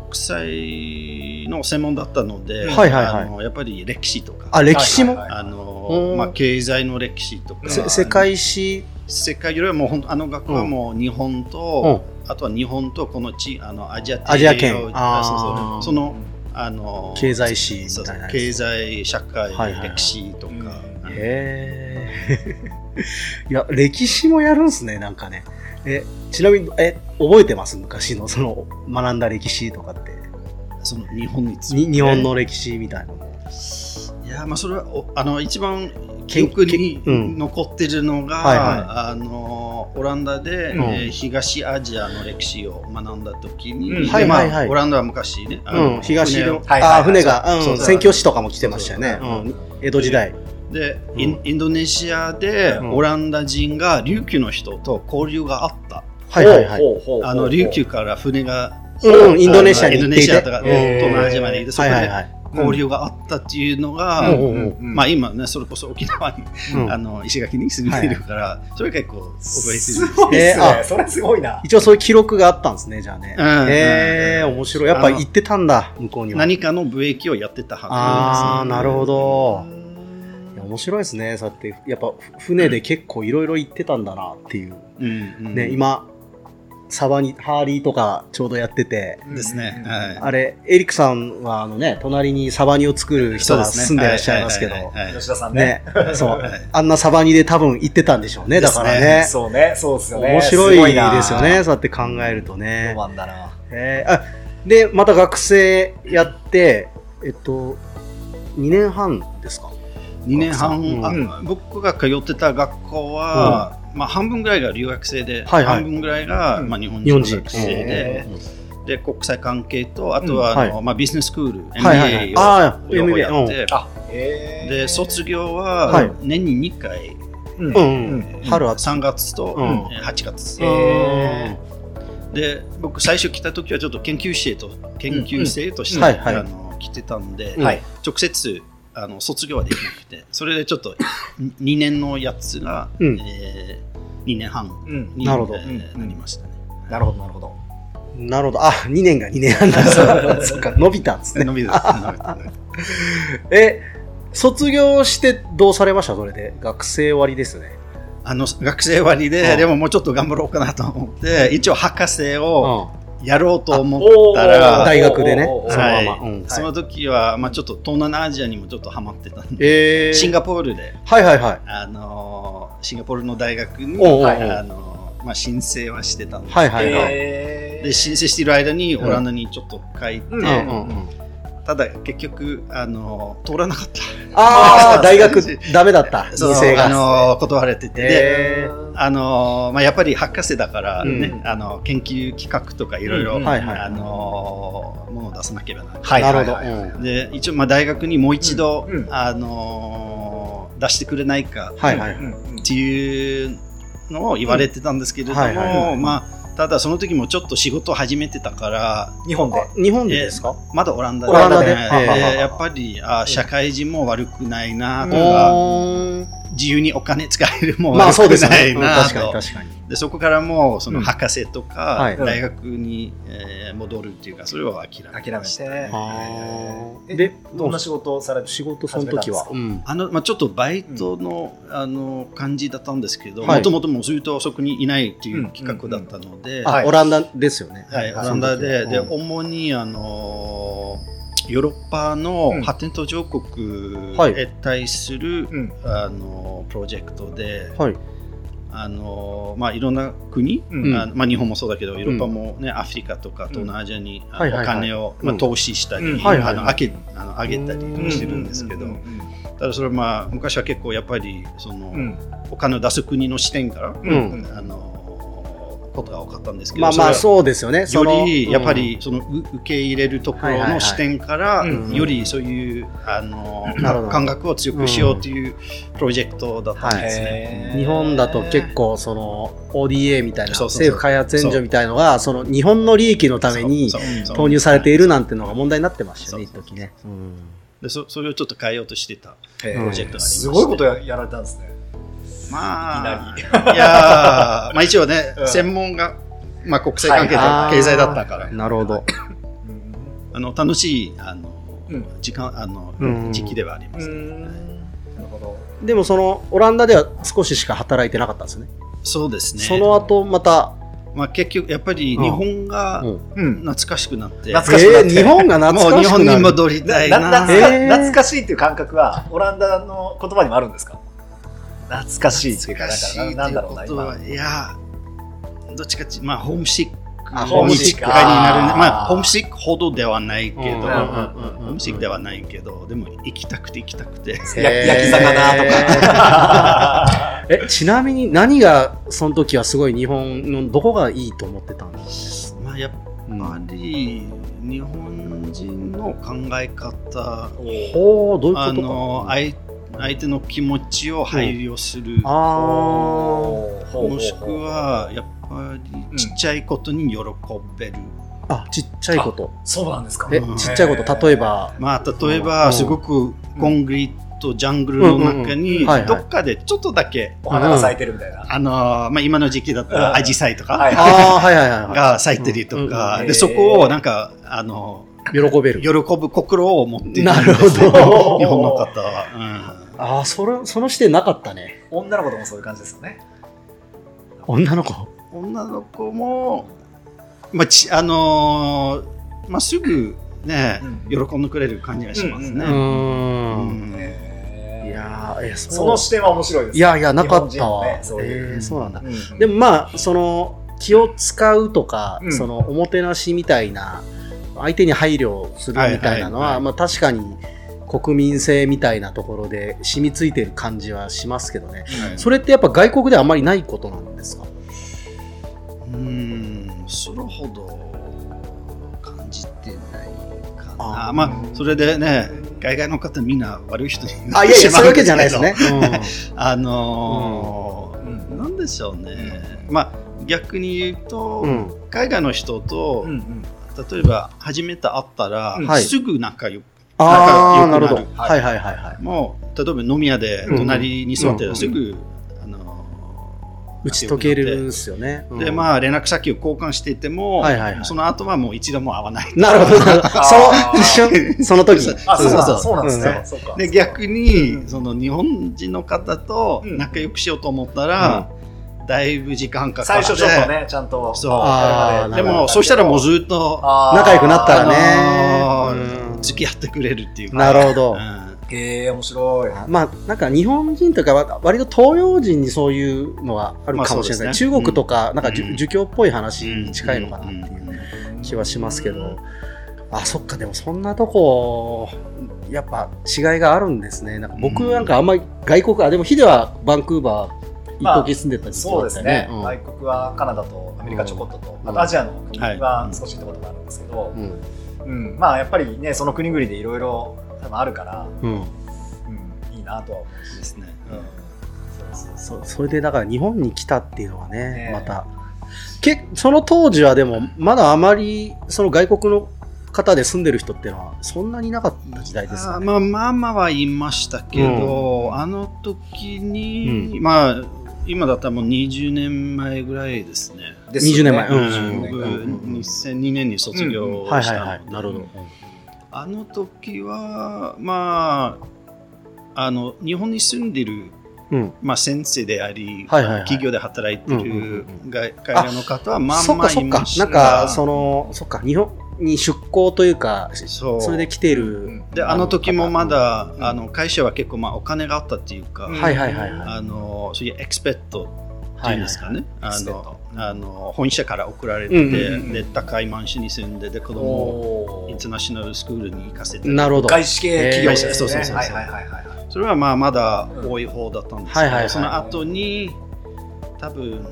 S4: 際の専門だったので、
S2: はいはいはい
S4: あのやっぱり歴史とか
S2: あ、歴史も、
S3: はいはい
S4: あ
S2: う
S4: の、
S2: ん
S4: まあ、経済の歴史とか
S2: せ世界史、
S4: 世界よりはもうほんあの学校はもう日本と、
S2: うん
S4: あとは日本とこの地あのアジア
S2: アジア圏
S4: を
S2: あー
S4: そうそうその
S3: う
S4: あの
S2: 経済史み
S4: そう
S2: たいなやつ
S4: 経済社会、
S2: はいはいはい
S4: 歴史とか、
S3: うん
S4: あの
S2: へ え。いや、歴史もやるんすね、なんかね。え、ちなみに、え、覚えてます昔の、その、学んだ歴史とかって。
S4: その日本について
S2: に日本の歴史みたいなの。
S4: いやまあそれはおあの一番記憶に
S2: うん
S4: 残ってるのが、
S2: はいはい
S4: あのオランダで、
S2: うん
S4: えー東アジアの歴史を学んだ時に、
S3: うん
S4: で
S2: はいはいはい
S4: まあ、オランダは昔ね、あの
S2: うん、東
S4: 船
S2: の
S4: を、
S3: はいはい
S2: あ
S3: は
S2: ー
S3: い
S2: 船が、
S4: そう
S2: うん、
S4: そう
S2: 宣教師とかも来てましたよね。う
S4: そ
S2: ん、江戸時代。
S4: で、
S2: うん
S4: インインドネシアで
S2: うん
S4: オランダ人が琉球の人と交流があった、
S2: はいはいはい。
S3: ほうほうほうほう
S4: あの琉球から船が
S2: うん、インドネシアに行ってい
S4: インドネシア
S2: て。
S4: とか
S2: うん
S4: 東南アジアまで行ってそ
S2: は
S4: こ
S2: いはい
S4: で
S2: はい。
S4: 交流があったっていうのが、
S2: うんうんうん
S4: まあ、今ねそれこそ沖縄に、
S2: うん
S4: あの石垣に住んでるから、それ結構覚えてる
S3: すごいっ
S2: え
S3: す
S2: ー
S3: ね。それすごいな。
S2: 一応そういう記録があったんですね、じゃあね。
S4: うん
S2: へえ、面白い。やっぱ行ってたんだ、向こうには。
S4: 何かの貿易をやってた
S2: あ
S4: は
S2: あ、
S4: ず
S2: なるほど。いや面白いですね、そうやって、やっぱふ船で結構いろいろ行ってたんだなっていう、
S4: うんうん
S2: ね、今、サバにハーリーとかちょうどやってて、
S4: ですね、
S3: うん
S4: はい
S2: あれ、エリックさんはあの、ね、隣にサバニを作る人が住んでらっしゃいますけ
S4: はい
S2: ど、
S4: はいはいはい
S3: 吉田さんね。
S2: ね、そう
S4: はい、
S2: あんなサバニで多分行ってたんでしょうね、だからね。
S3: そうね、そうですよね。
S2: 面白いですよね、
S3: す
S2: そうやって考えると
S3: ごいな。
S2: ね
S3: ロ。マンだな。
S2: えーあで、また学生やって、えっと、2年半ですか。
S4: 2年半、
S2: うん
S4: あ僕が通ってた学校は、まあ、半分ぐらいが留学生で、
S2: はいはい
S4: 半分ぐらいが、
S3: うん
S4: まあ、日本
S2: 日
S4: 人
S2: 本
S4: の
S2: 人。
S4: 学生で,、
S2: うん
S4: で国際関係とあとは、
S2: うん
S4: あのまあ、ビジネススクール MBA を、
S2: はいはいはい。ああ、
S4: 両方
S2: MBA。
S4: やっ
S2: うん
S4: て、
S3: あ、えー
S4: で卒業
S2: は
S4: はい年に2回、
S3: うん
S2: う
S3: うん
S2: うん
S3: ん。
S2: 春あった
S4: 3月と、
S2: うん
S4: えー8月、
S3: え
S4: で僕最初来た時はちょっと研究生と研究生として、
S2: うんはいはい
S4: あの来てたんで、
S2: うん
S3: はい。
S4: 直接あの卒業はできなくてそれでちょっと2年のやつが、
S2: うん
S4: え2年半
S3: うん。
S4: に
S2: なるほど
S4: えーなりましたね。
S3: なるほど、なるほど。
S2: なるほど。あ、2年が2年半だ。 そっか、伸びたんですね。
S4: 伸び です
S2: え、卒業してどうされましたそれで。学生終わりですね。
S4: あの学生割
S2: う
S4: で、
S2: ん
S4: でももうちょっと頑張ろうかなと思って、一応博士
S2: う
S4: を
S2: ん。
S4: やろうと思った
S3: あおー
S4: ら、
S2: 大学でね、
S3: おーおー
S2: そのまま。うん
S4: その時は、まあ、ちょっと東南アジアにもちょっとハマってたんで、
S2: えー、
S4: シンガポールで、
S2: はいはいはい。
S4: あのーシンガポールの大学に、
S2: おうおうおう
S4: あのーまあ、申請はしてたんですけど、
S2: はいはいはい
S3: えー
S4: で申請している間にオランダにちょっと書いて、
S3: うん
S2: うんうんうん
S4: ただ結局、あのー通らなかった
S2: あ あ、大学ダメだった。
S4: そう
S2: 2世が。
S4: あのー断られてて、で
S2: え
S4: あのーまあ、やっぱり博士だから、ね
S2: う
S4: あの研究企画とかいろいろ
S3: うん
S2: はいはい
S4: あのーものを出さなければならない
S3: はい
S2: な
S3: はい
S2: る
S3: は
S2: ほ
S3: い
S2: ど。
S3: はい
S2: うん
S4: で一応まあ大学にもう一度、
S3: うんうん
S4: あのー出してくれないかっ
S2: はいはい。
S3: うんうん
S4: ていうのを言われてたんですけれども、
S2: うんはいはい
S4: まあ、ただその時もちょっと仕事を始めてたから
S3: 日本で。
S2: 日本でですか
S4: まだオランダ
S3: オランダで
S4: ね
S2: ええ
S4: やっぱりあー社会人も悪くないなと
S2: う
S4: か、
S2: ーん
S4: 自由にお金使えるも
S2: まあ
S4: 悪
S2: そうで
S4: く
S2: す
S4: な
S2: ね。
S4: い
S2: うん
S4: な
S2: 確か
S4: と
S2: に確かに。
S4: でそこからもうそうの
S3: ん
S4: 博士と
S2: は
S4: か
S2: い
S4: 大学に、えー戻るっていうかそれは諦めま
S3: 諦め
S4: した
S3: て。
S2: あー
S3: え
S2: で
S3: どんな仕事をされて
S2: 仕事その時は。うん
S4: あのまあ、ちょっとバイトの,、あの感じだったんですけど
S2: はい
S4: もともともうずっとそこにいないっていう企画だったので、
S2: あ
S3: はい
S2: オランダですよね。
S4: はい、オ
S3: はい
S4: ランダで,、
S2: その時
S4: で
S2: はうん
S4: 主にあのヨーロッパ
S3: う
S4: の
S3: ん
S4: 発展途上国
S2: はい
S4: へ対する、
S3: うん。
S4: あのプロジェクトで、
S2: はい。
S4: あのまあ、いろんな国、
S3: うん
S4: あのまあ、日本もそうだけどヨーロッパも、ねアフリカとか東南アジアに、あの
S2: はいはいはい
S4: お金を、
S2: う
S4: まあ、
S2: ん
S4: 投資したり、
S3: うん
S2: はいはい
S4: あのあけあの上げたりしてるんですけど、
S3: う
S4: ただそれは、まあ、昔は結構やっぱりその、
S3: ん。
S4: お金を出す国の視点から、
S2: うん
S3: うん
S4: あのことが多かったんですけど、
S2: まあまあ
S4: そ
S2: そうですよね。
S4: れ
S2: そ
S4: は
S2: の
S4: よりやっぱ、りそのう受け入れるとこ
S2: はい
S4: ろ
S2: はいはい
S4: の視点から、
S3: うん
S4: よりそういうあの
S2: なるほど
S4: 感覚を強くしようというプロジェクトだったんですね。
S2: う
S3: へ
S2: ん
S3: ー
S2: 日本だと結構その ODA みたいな
S4: そうそうそう
S2: 政府開発援助みたいのがその日本の利益のために
S4: そうそうそう
S2: 投入されているなんてのが問題になってましたよね、一
S4: そうそう
S2: 時ね。うん
S4: でそそれをちょっと変えようとしてた
S3: へ
S4: プロジェ
S3: ー
S4: クトがありまして
S3: すごいことややられたんですね。
S4: まあ
S3: いき
S4: いやーまあ一 応ね、
S3: うん
S4: 専門が、まあ、国際関係と
S2: はい
S4: 経済だったから、
S2: なるほど。
S4: あの楽しいあの、
S3: うん
S4: 時間あの、
S2: うん
S4: 時期ではあります、
S3: なるほど。
S2: でもそのオランダでは少ししか働いてなかったんですよね。
S4: そうですね
S2: その後また
S4: まあ、結局やっぱり日本が
S2: うん
S3: うん。
S4: 懐かしくなって、
S3: 懐かしくなっ
S2: えー、
S3: て
S2: 日本が
S4: も
S2: 懐
S4: う
S2: か
S4: 日
S2: しく
S4: 本に
S2: なる
S4: 戻りたい
S3: な
S4: な
S3: な懐か
S2: えー
S3: 懐かしいっていう感覚は、オランダの言葉にもあるんですか懐かしいっていうか、
S4: 懐かしい
S3: な
S4: って
S3: んかなんだ
S4: いう
S3: ろうな、
S4: こと
S3: 今。
S4: はいやどっちかっていうとまあホームシック
S2: あ
S4: ホームシックになる
S3: ホームシック
S4: まあホームシックほどではないけど、
S2: うん
S4: ホ
S3: うん
S4: ームシックではないけどでも行きたくて行きたくて
S3: や焼き魚とか。
S2: えちなみに何がその時はすごい日本のどこがいいと思ってたんです
S4: まあやっぱり日本人の考え方
S2: ほうどういうことか
S4: あの相相手の気持ちを配慮する、
S2: あ
S4: もしくはやっぱりちっちゃいことに喜べる、
S2: ーあちっちゃいこと
S3: そうなんですか
S2: え
S4: うん
S2: ちっちゃいこと例え ば
S4: まあ、例え
S2: う
S4: ば
S2: ん
S4: すごくコンクリートジャングルの中
S2: うんうんうん
S4: に
S2: はいはい
S4: どっかでちょっとだけ、
S3: お花が咲いてるみたいな。
S4: あのーまあ、今の時期だった
S3: うん
S4: らアジサイと
S3: は
S4: か
S3: い
S2: ああはいはいはいは
S4: が咲いてると
S3: うんう
S4: か
S3: ん
S4: でそこをなんかあの
S2: い喜べる
S4: 喜ぶ心を持っているん
S2: なる
S4: で
S2: ほ
S4: すよ
S2: ど
S4: 日本の方は。うん
S2: ああそれその視点なかったね
S3: 女の子ともそういう感じですよね。
S2: 女の子
S4: 女の子も、まあちあのーまあ、すぐ、ね
S3: うん
S4: 喜んでくれる感じがします
S2: う
S4: ね。
S2: ーん
S4: うん
S2: いやーえそう
S3: その視点は面白いです。
S2: いやいやなかった
S3: 日本人
S2: わ、
S3: はねそういう
S2: えーそうなんだ
S3: うんうん
S2: でもまあその気を使うとか、
S3: うん
S2: そのおもてなしみたいな相手に配慮するみたいなのは,、
S4: はいはいはい
S2: まあ、確かに国民性みたいなところで染みついてる感じはしますけどね
S4: はい
S2: それってやっぱ外国ではあまりないことなんですか
S4: うーん、それほど感じてないかな。
S2: あー
S4: まあ、それでね、海外の方みんな悪い人にな
S2: あ
S4: っ
S2: い
S4: て
S2: やいや
S4: しま
S2: そうい
S4: う
S2: うんわけじゃないです
S4: け
S2: ね、
S4: ど。あのー
S3: うん
S4: なんでしょうね。まあ、逆に言うと、
S2: うん
S4: 海外の人と、
S3: うんうん
S4: 例えば初めて会ったら、
S2: はい
S4: すぐ仲良く。
S2: ああな
S4: 仲良く
S2: る
S4: なる
S2: ほどはいはいはいはい
S4: もう、例えば飲み屋で隣に座ってた
S3: う
S4: ら
S3: ん
S4: すぐ、あのー
S2: 打ち解けるんですよね、
S4: で
S2: あ
S4: まあ連絡先を交換していても、
S2: はいはいはい
S4: その後はもう一度も会わない。
S2: なるほどなるほどそ
S3: あー
S2: の一瞬その時
S4: そう
S3: あ、そうなん
S4: そ
S3: だ
S4: う
S3: そうなんですね。そうか
S4: で逆にその日本人の方と仲良くしようと思ったら、だいぶ時間かか
S3: 最
S4: って
S3: 初ちょっとね、ちゃんと。
S4: そう
S2: あー
S4: でもそうしたらもうずっと
S2: 仲良くなったらね、
S4: あのー
S2: うん
S4: 付き合ってくれるっていうか。
S2: なるほど、
S4: うん
S3: へえ、面白い。
S2: まあ、なんか日本人とかは割と東洋人にそういうのはあるかもしれない、
S4: まあそうです
S2: 中
S4: ね
S2: 国とかなんかじゅ、
S4: うん
S2: 儒教っぽい話に近いのかなって
S4: うんうんう
S2: い
S4: ん
S2: う気はしますけど、あそっかでもそんなとこやっぱ違いがあるんですねなんか僕
S4: うん
S2: なんかあんまり外国あでもヒデはバンクーバー
S3: まあ
S2: 一時住んでた時期だ
S3: そう
S2: っ
S3: で
S2: た
S3: す
S2: よ
S3: ね、
S2: ね。うん
S3: 外国はカナダとアメリカちょこっとと、あとアジアの国は少しってこともあるんですけど、
S2: うん
S3: うんまあやっぱりね、その国々でいろいろ多分あるから、
S2: うん
S3: うん、いいなとは思うし、
S4: ですね。
S3: うんそうそ
S2: そ
S3: う
S2: うそれでだから日本に来たっていうのはね、
S3: ねえ
S2: またけその当時はでもまだあまりその外国の方で住んでる人っていうのはそんなにいなかった時代です
S4: あ
S2: か
S4: ー
S2: ね。
S4: まあ、ママは言いましたけど、あの時に、まあ、今だったらもう20年前ぐらいですね。
S3: ですよ
S2: 20年前うん
S3: 20年
S4: 僕、
S3: 前
S2: うん
S4: 2002年に卒業
S2: はい
S4: し
S2: はい
S4: たので、
S2: はい、なるほど。
S4: あの時は、まあ、あの日本に住んでる、
S2: うん
S4: まあ、先生であり、
S2: はいはいはい
S4: 企業で働いて
S2: うんうん
S4: る
S2: うん
S4: 外海外の方は、まあ
S2: そっ
S4: ま
S2: か
S4: あ
S2: そ
S4: い
S2: っか
S4: ま、し
S2: な
S4: た
S2: んかその、そっか、日本に出向というか、
S4: そう
S2: それで来て
S3: う
S2: る
S3: ん。
S4: であの時もまだ、
S3: うん
S4: あの会社は結構、まあ、お金があったっていうか、
S3: うん
S2: はいはいはいはい。
S4: あのそういうエクスペットって
S2: はい
S4: うん
S2: は
S4: で
S2: い
S4: すかね、
S3: いはい
S4: あ
S3: エクス
S4: のあの本社から送られて、
S2: うんうん
S3: うん
S4: で高いマンションに住んでで子供を
S3: お
S4: インタ
S3: ー
S4: ーナショナルスクールに行かせて
S2: なるほど。
S3: 外資系企業者ですね、
S4: えーそうそうそうそう
S3: はいはいはいはい
S4: それはまあまだ多い方だったんですけど、
S2: はいはいはい
S4: その後に多分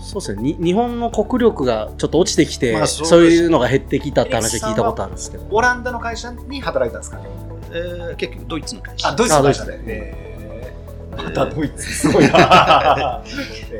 S2: そうですねに日本の国力がちょっと落ちてきて、
S4: まあそ
S2: そうう
S4: です
S2: いうのが減ってきたって話は聞いたことあるんですけど。
S3: オランダの会社に働いたんですかね
S4: えー結局ドイツの会社
S3: あドイツの会社
S2: あ
S3: で、えー、ま
S4: で
S3: たドイツすごい な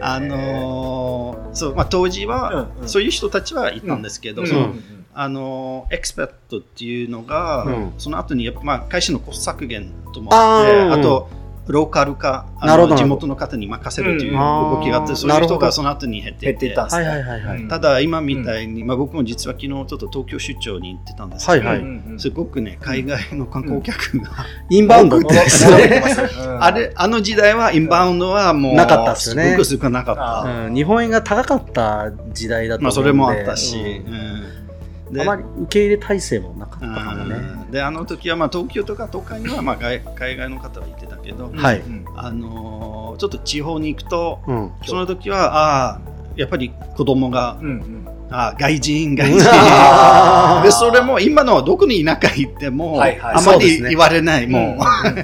S4: あのーそうまあ、当時は、
S3: うんうん
S4: そういう人たちはいたんですけど、
S3: うん
S4: そ
S3: うんう
S4: の
S3: ん
S4: あのーエクスペットっていうのが、
S2: うん
S4: その後にやっぱまあ会社のコスト削減ともあって
S2: あー
S4: あとローカル化、あの
S2: なるほど
S4: 地元の方に任せるという動きがあって、
S2: うん
S4: そういう人
S2: なるほど
S4: がその後に減ってい
S3: 減っていったんです
S2: はい
S3: ね。
S2: はいはいはい。
S3: うん
S4: ただ、今みたいに、まあ、僕も実は昨日ちょっと東京出張に行ってたんです
S2: は
S4: け
S2: い
S4: ど、
S2: はい
S4: すごくね、海外の観光客が、
S2: インバウンド です
S3: 戻って
S2: ね。
S3: ますね
S4: あれ、あの時代はインバウンドはもう、
S2: なかったっすよね
S4: ごく少なかった。
S3: あ
S2: うん日本円が高かった時代だと
S4: まあ、
S2: 思
S4: そうれ
S2: んで
S4: もあったし、
S2: うん
S4: うんで
S2: あまり受け入れ体制もなかったかもね。
S4: うんであの時はまあ東京とか東海にはまあ外海外の方は行ってたけど、
S2: はい
S3: うん
S4: あのーちょっと地方に行くと
S2: うん。
S4: その時はああやっぱり子供が
S3: うんうん
S4: ああ外人外
S2: あ
S4: 人
S2: ー
S4: でそれも今のどこに田舎行っても、
S3: はいはい
S4: あ
S2: そ
S4: ま
S2: うで
S4: り
S2: すね
S4: 言われない、も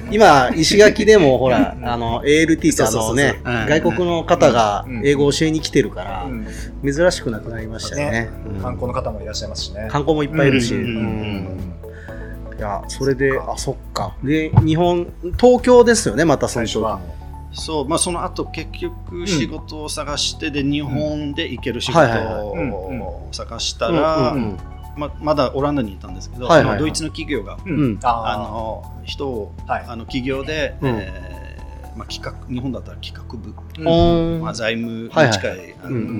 S2: 今、石垣でもほら
S3: う、ん
S2: あの、ALT ってあのね
S3: そうそうそう、
S4: そううん
S2: 外国の方が
S3: うん
S2: 英語を教えに来てるから
S3: う、ん
S2: 珍しくなくなりましたよね
S3: ね。
S2: うん
S3: 観光の方もいらっしゃいますしね。
S2: 観光もいっぱいいるし。
S4: うんうん
S2: うんいや、それで、あ、そっか。で、日本、東京ですよね、またその
S3: 最初
S2: 時
S3: は。
S4: うそうまあその後結局仕事を探してで日本で行ける仕事
S2: はいはいはい
S4: を探した
S2: うん
S4: ら
S2: うんうん
S4: ままだオランダにいたんですけど、
S2: はいはいはい
S4: そのドイツの企業が
S3: う
S2: うん
S4: あ
S3: あ
S4: の人を
S3: の、はい。
S4: あの企業で、
S2: うん
S4: えーまあ、企画日本だったら企画部、
S3: うん
S2: おー
S4: まあ、財務に
S2: はいはい
S4: 近い、あの
S2: うんうん
S3: う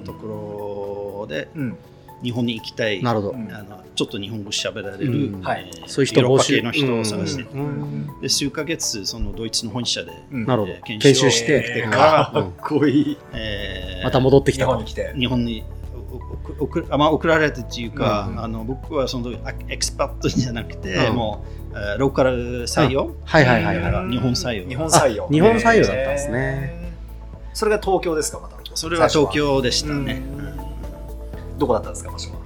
S3: ん
S4: ところで
S3: うん
S4: 日本に行きたい
S2: な
S4: あ
S2: るほど。
S3: うん
S4: のちょっと日本語喋られる、
S2: うん
S4: えー
S3: はい
S2: そういう人
S4: ヨーロ
S2: 募
S4: ッパ
S2: 集
S4: 系の人を探して、
S2: うんうん
S4: で数ヶ月そのドイツの本社で、
S3: うん
S2: なるほど
S4: えー。
S2: 研修して
S3: えー。
S4: か
S2: う
S3: か
S2: ん
S3: っこいい。
S4: えー
S2: また戻ってき
S3: 日
S2: た
S3: 本
S2: と
S3: に。来て。
S4: 日本におお送あまあ、送られてっていうか、
S3: うん
S4: あの僕はそのあエクスパットじゃなくて、
S2: うん
S4: もうえーローカル採用、
S2: はいはいはいはい。
S4: だから日本採用
S3: 日本採用。
S2: あ日本採用だったんですね
S3: えー。それが東京ですか、また。
S4: それは東
S3: 最初
S4: 京でしたね。
S3: う
S4: うん
S3: は。どこだったんですか、場所は。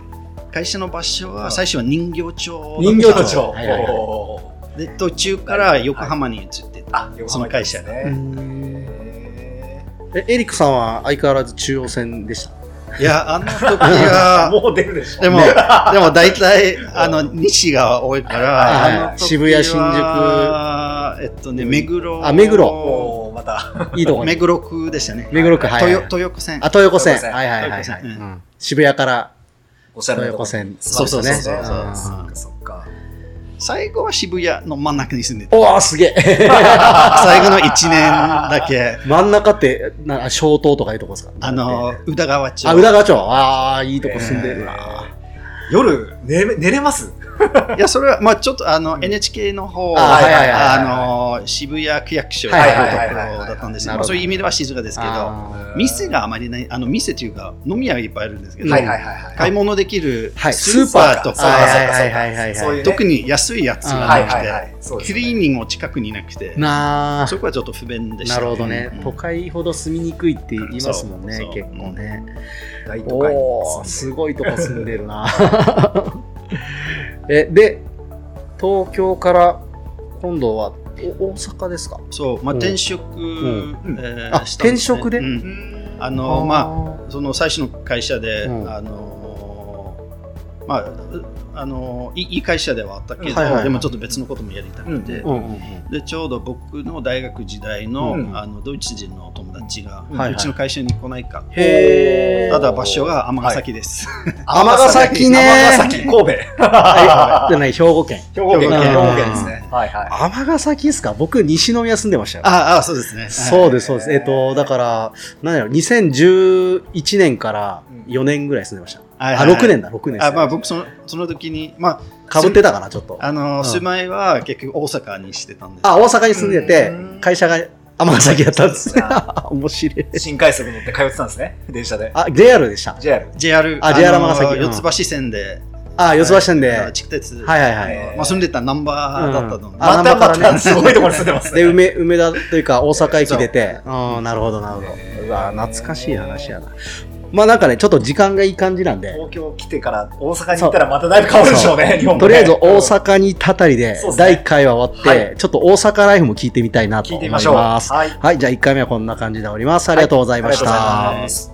S4: 会社の場所
S3: う
S4: は
S3: ん
S4: 最初は人形町
S2: 人形町はいはいはい
S3: おー
S4: で途中から横浜に移ってた、
S3: あ、横浜
S4: その会社が、
S3: です
S2: う
S3: ね。
S2: ん
S3: え
S2: え、エリックさんは相変わらず中央線でした。
S4: いやあの時
S3: ー
S4: は
S3: もう出るでしょ。
S4: でもでも大体あの西が多いから、
S2: はいはい
S4: あの時は
S2: 渋谷新宿
S4: えっとね目黒
S2: あ目黒
S3: おーまた。
S2: いいとこ
S4: 目
S2: に。
S4: 黒区でしたね、
S2: 目黒区、はいはい。
S4: 豊豊子線
S2: あ、豊子線。
S3: 豊子線
S2: はいはいはいは
S4: 豊
S2: い。
S4: 子線
S2: うん渋谷から。
S3: おしゃれなとこ
S2: 豊子線
S3: そうそうそう。
S2: そうそうそううん
S3: そっかそっか。
S4: 最後は渋谷の真ん中に住んでた
S2: おわすげえ
S4: 最後の1年だけ
S2: 真ん中って、な小東とかいうとこですか
S4: あの宇田川町
S2: あ、宇田川町。ああ、いいとこ住んでるな。
S3: 夜、寝れ寝れます
S4: いや、それは、まあちょっとあの、NHK の方、
S2: あはいはいはい
S4: あの、渋谷区役所と
S2: はい
S4: いう
S2: はい
S4: と
S3: はい
S4: ころだったんですけ
S2: なるほど
S4: ど、まあそういう意味では静かですけど、
S2: あ
S4: 店があまりない、あの、店というか、飲み屋がいっぱいあるんですけ
S3: はい
S4: ど、
S3: はいはいはい。
S4: 買い物できる
S2: はい
S4: スーパー
S2: ーは
S4: と
S2: い
S4: か、
S2: はいはいはいはい
S3: そういうね
S4: 特に安いやつ
S2: あ
S3: はい
S4: が
S3: はいは
S4: なく
S3: い。そうで
S4: て、
S3: す
S4: ク
S3: ね
S4: リーニングも近くになくて、
S2: なあ
S4: そこはちょっと不便でした。
S2: なるほどね、
S4: うん
S2: 都会ほど住みにくいって言いますもんね
S4: そう
S2: 結構ね、
S3: 大都会に
S2: おお
S3: 住
S2: す
S3: んで
S2: ごいとこ住んでるな えで東京から今度はお大阪ですか
S4: そう、まあ
S2: うん
S4: 転職、
S3: ん
S4: えー
S2: あ
S4: したんすね
S2: 転職で
S4: うん
S3: うん
S4: あの、まあ、
S2: あ
S4: その最初の会社で、
S2: うん
S4: あのーまあうあのーいいいい会社ではあったけど、
S2: はいはいはい
S4: でもちょっと別のこともやりたくて、
S3: う
S2: うんうんうん
S4: でちょうど僕の大学時代の,、
S3: うん
S4: あのドイツ人のお友達が、
S2: はいはいう
S4: ちの会社に来ないか、
S2: へえ
S4: ただ場所が尼崎です、
S2: 尼崎ね
S3: 尼崎、神戸。
S2: でない兵庫県
S3: 兵庫
S4: 兵
S3: 県、
S4: 庫県
S3: 兵庫県ですね。はいはい。
S2: 尼崎ですか僕西宮住んでましたよ
S4: ああそうですね
S2: そうですそうですえっ、とだからなんだろう2011年から4年ぐらい住んでました、
S4: はい
S2: あ
S4: はいはい
S2: 6年だ6年です
S4: あ
S2: ね
S4: まあ僕そのその時にま
S2: かぶってたからちょっと
S4: ああのー、
S2: うん
S4: 住まいは結局大阪にしてたんです
S2: あ、大阪に住んでて
S3: うん、
S2: 会社が尼崎だったんですね
S3: そうです。
S2: 面白い。
S3: 新快速乗って通ってたんですね、電車で。
S2: あ、JR でした。
S3: JR。
S4: JR
S2: あ JR
S4: あのー
S2: 尼崎うん
S4: 四つ橋線で、
S2: あ、四つ橋線で。は
S4: あの
S2: い
S4: 地下鉄、
S2: はいは
S3: え
S2: い。
S3: ー
S4: まあ、住んでたナンバーだったの、
S2: うん
S4: で
S2: あ
S3: またま
S2: 南波から
S3: た
S2: ね
S3: すごいところに住んでますね。
S2: で、梅、梅田というか大阪駅出て。
S3: う
S2: うん、なるほど、なるほど。
S3: えー
S2: うわ、懐かしい話やな。まあなんかね、ちょっと時間がいい感じなんで、
S3: 東京来てから大阪に行ったらまただいぶ変わるでしょうね、日本もね
S2: とりあえず大阪にいたあたりで
S3: そうで、すね
S2: 第1回は終わっ
S3: は
S2: て、ちょっと大阪ライフも聞いてみたいなと
S3: 聞い
S2: 思
S3: て
S2: い
S3: み
S2: ま
S3: まし
S2: す。
S3: ょう。
S2: は
S3: はい。あり
S2: い、じゃあ1回目はこんな感じで終わります。ありがとうござい
S3: が
S2: ま
S3: とう
S2: し
S3: ござい
S2: た
S3: ま。す。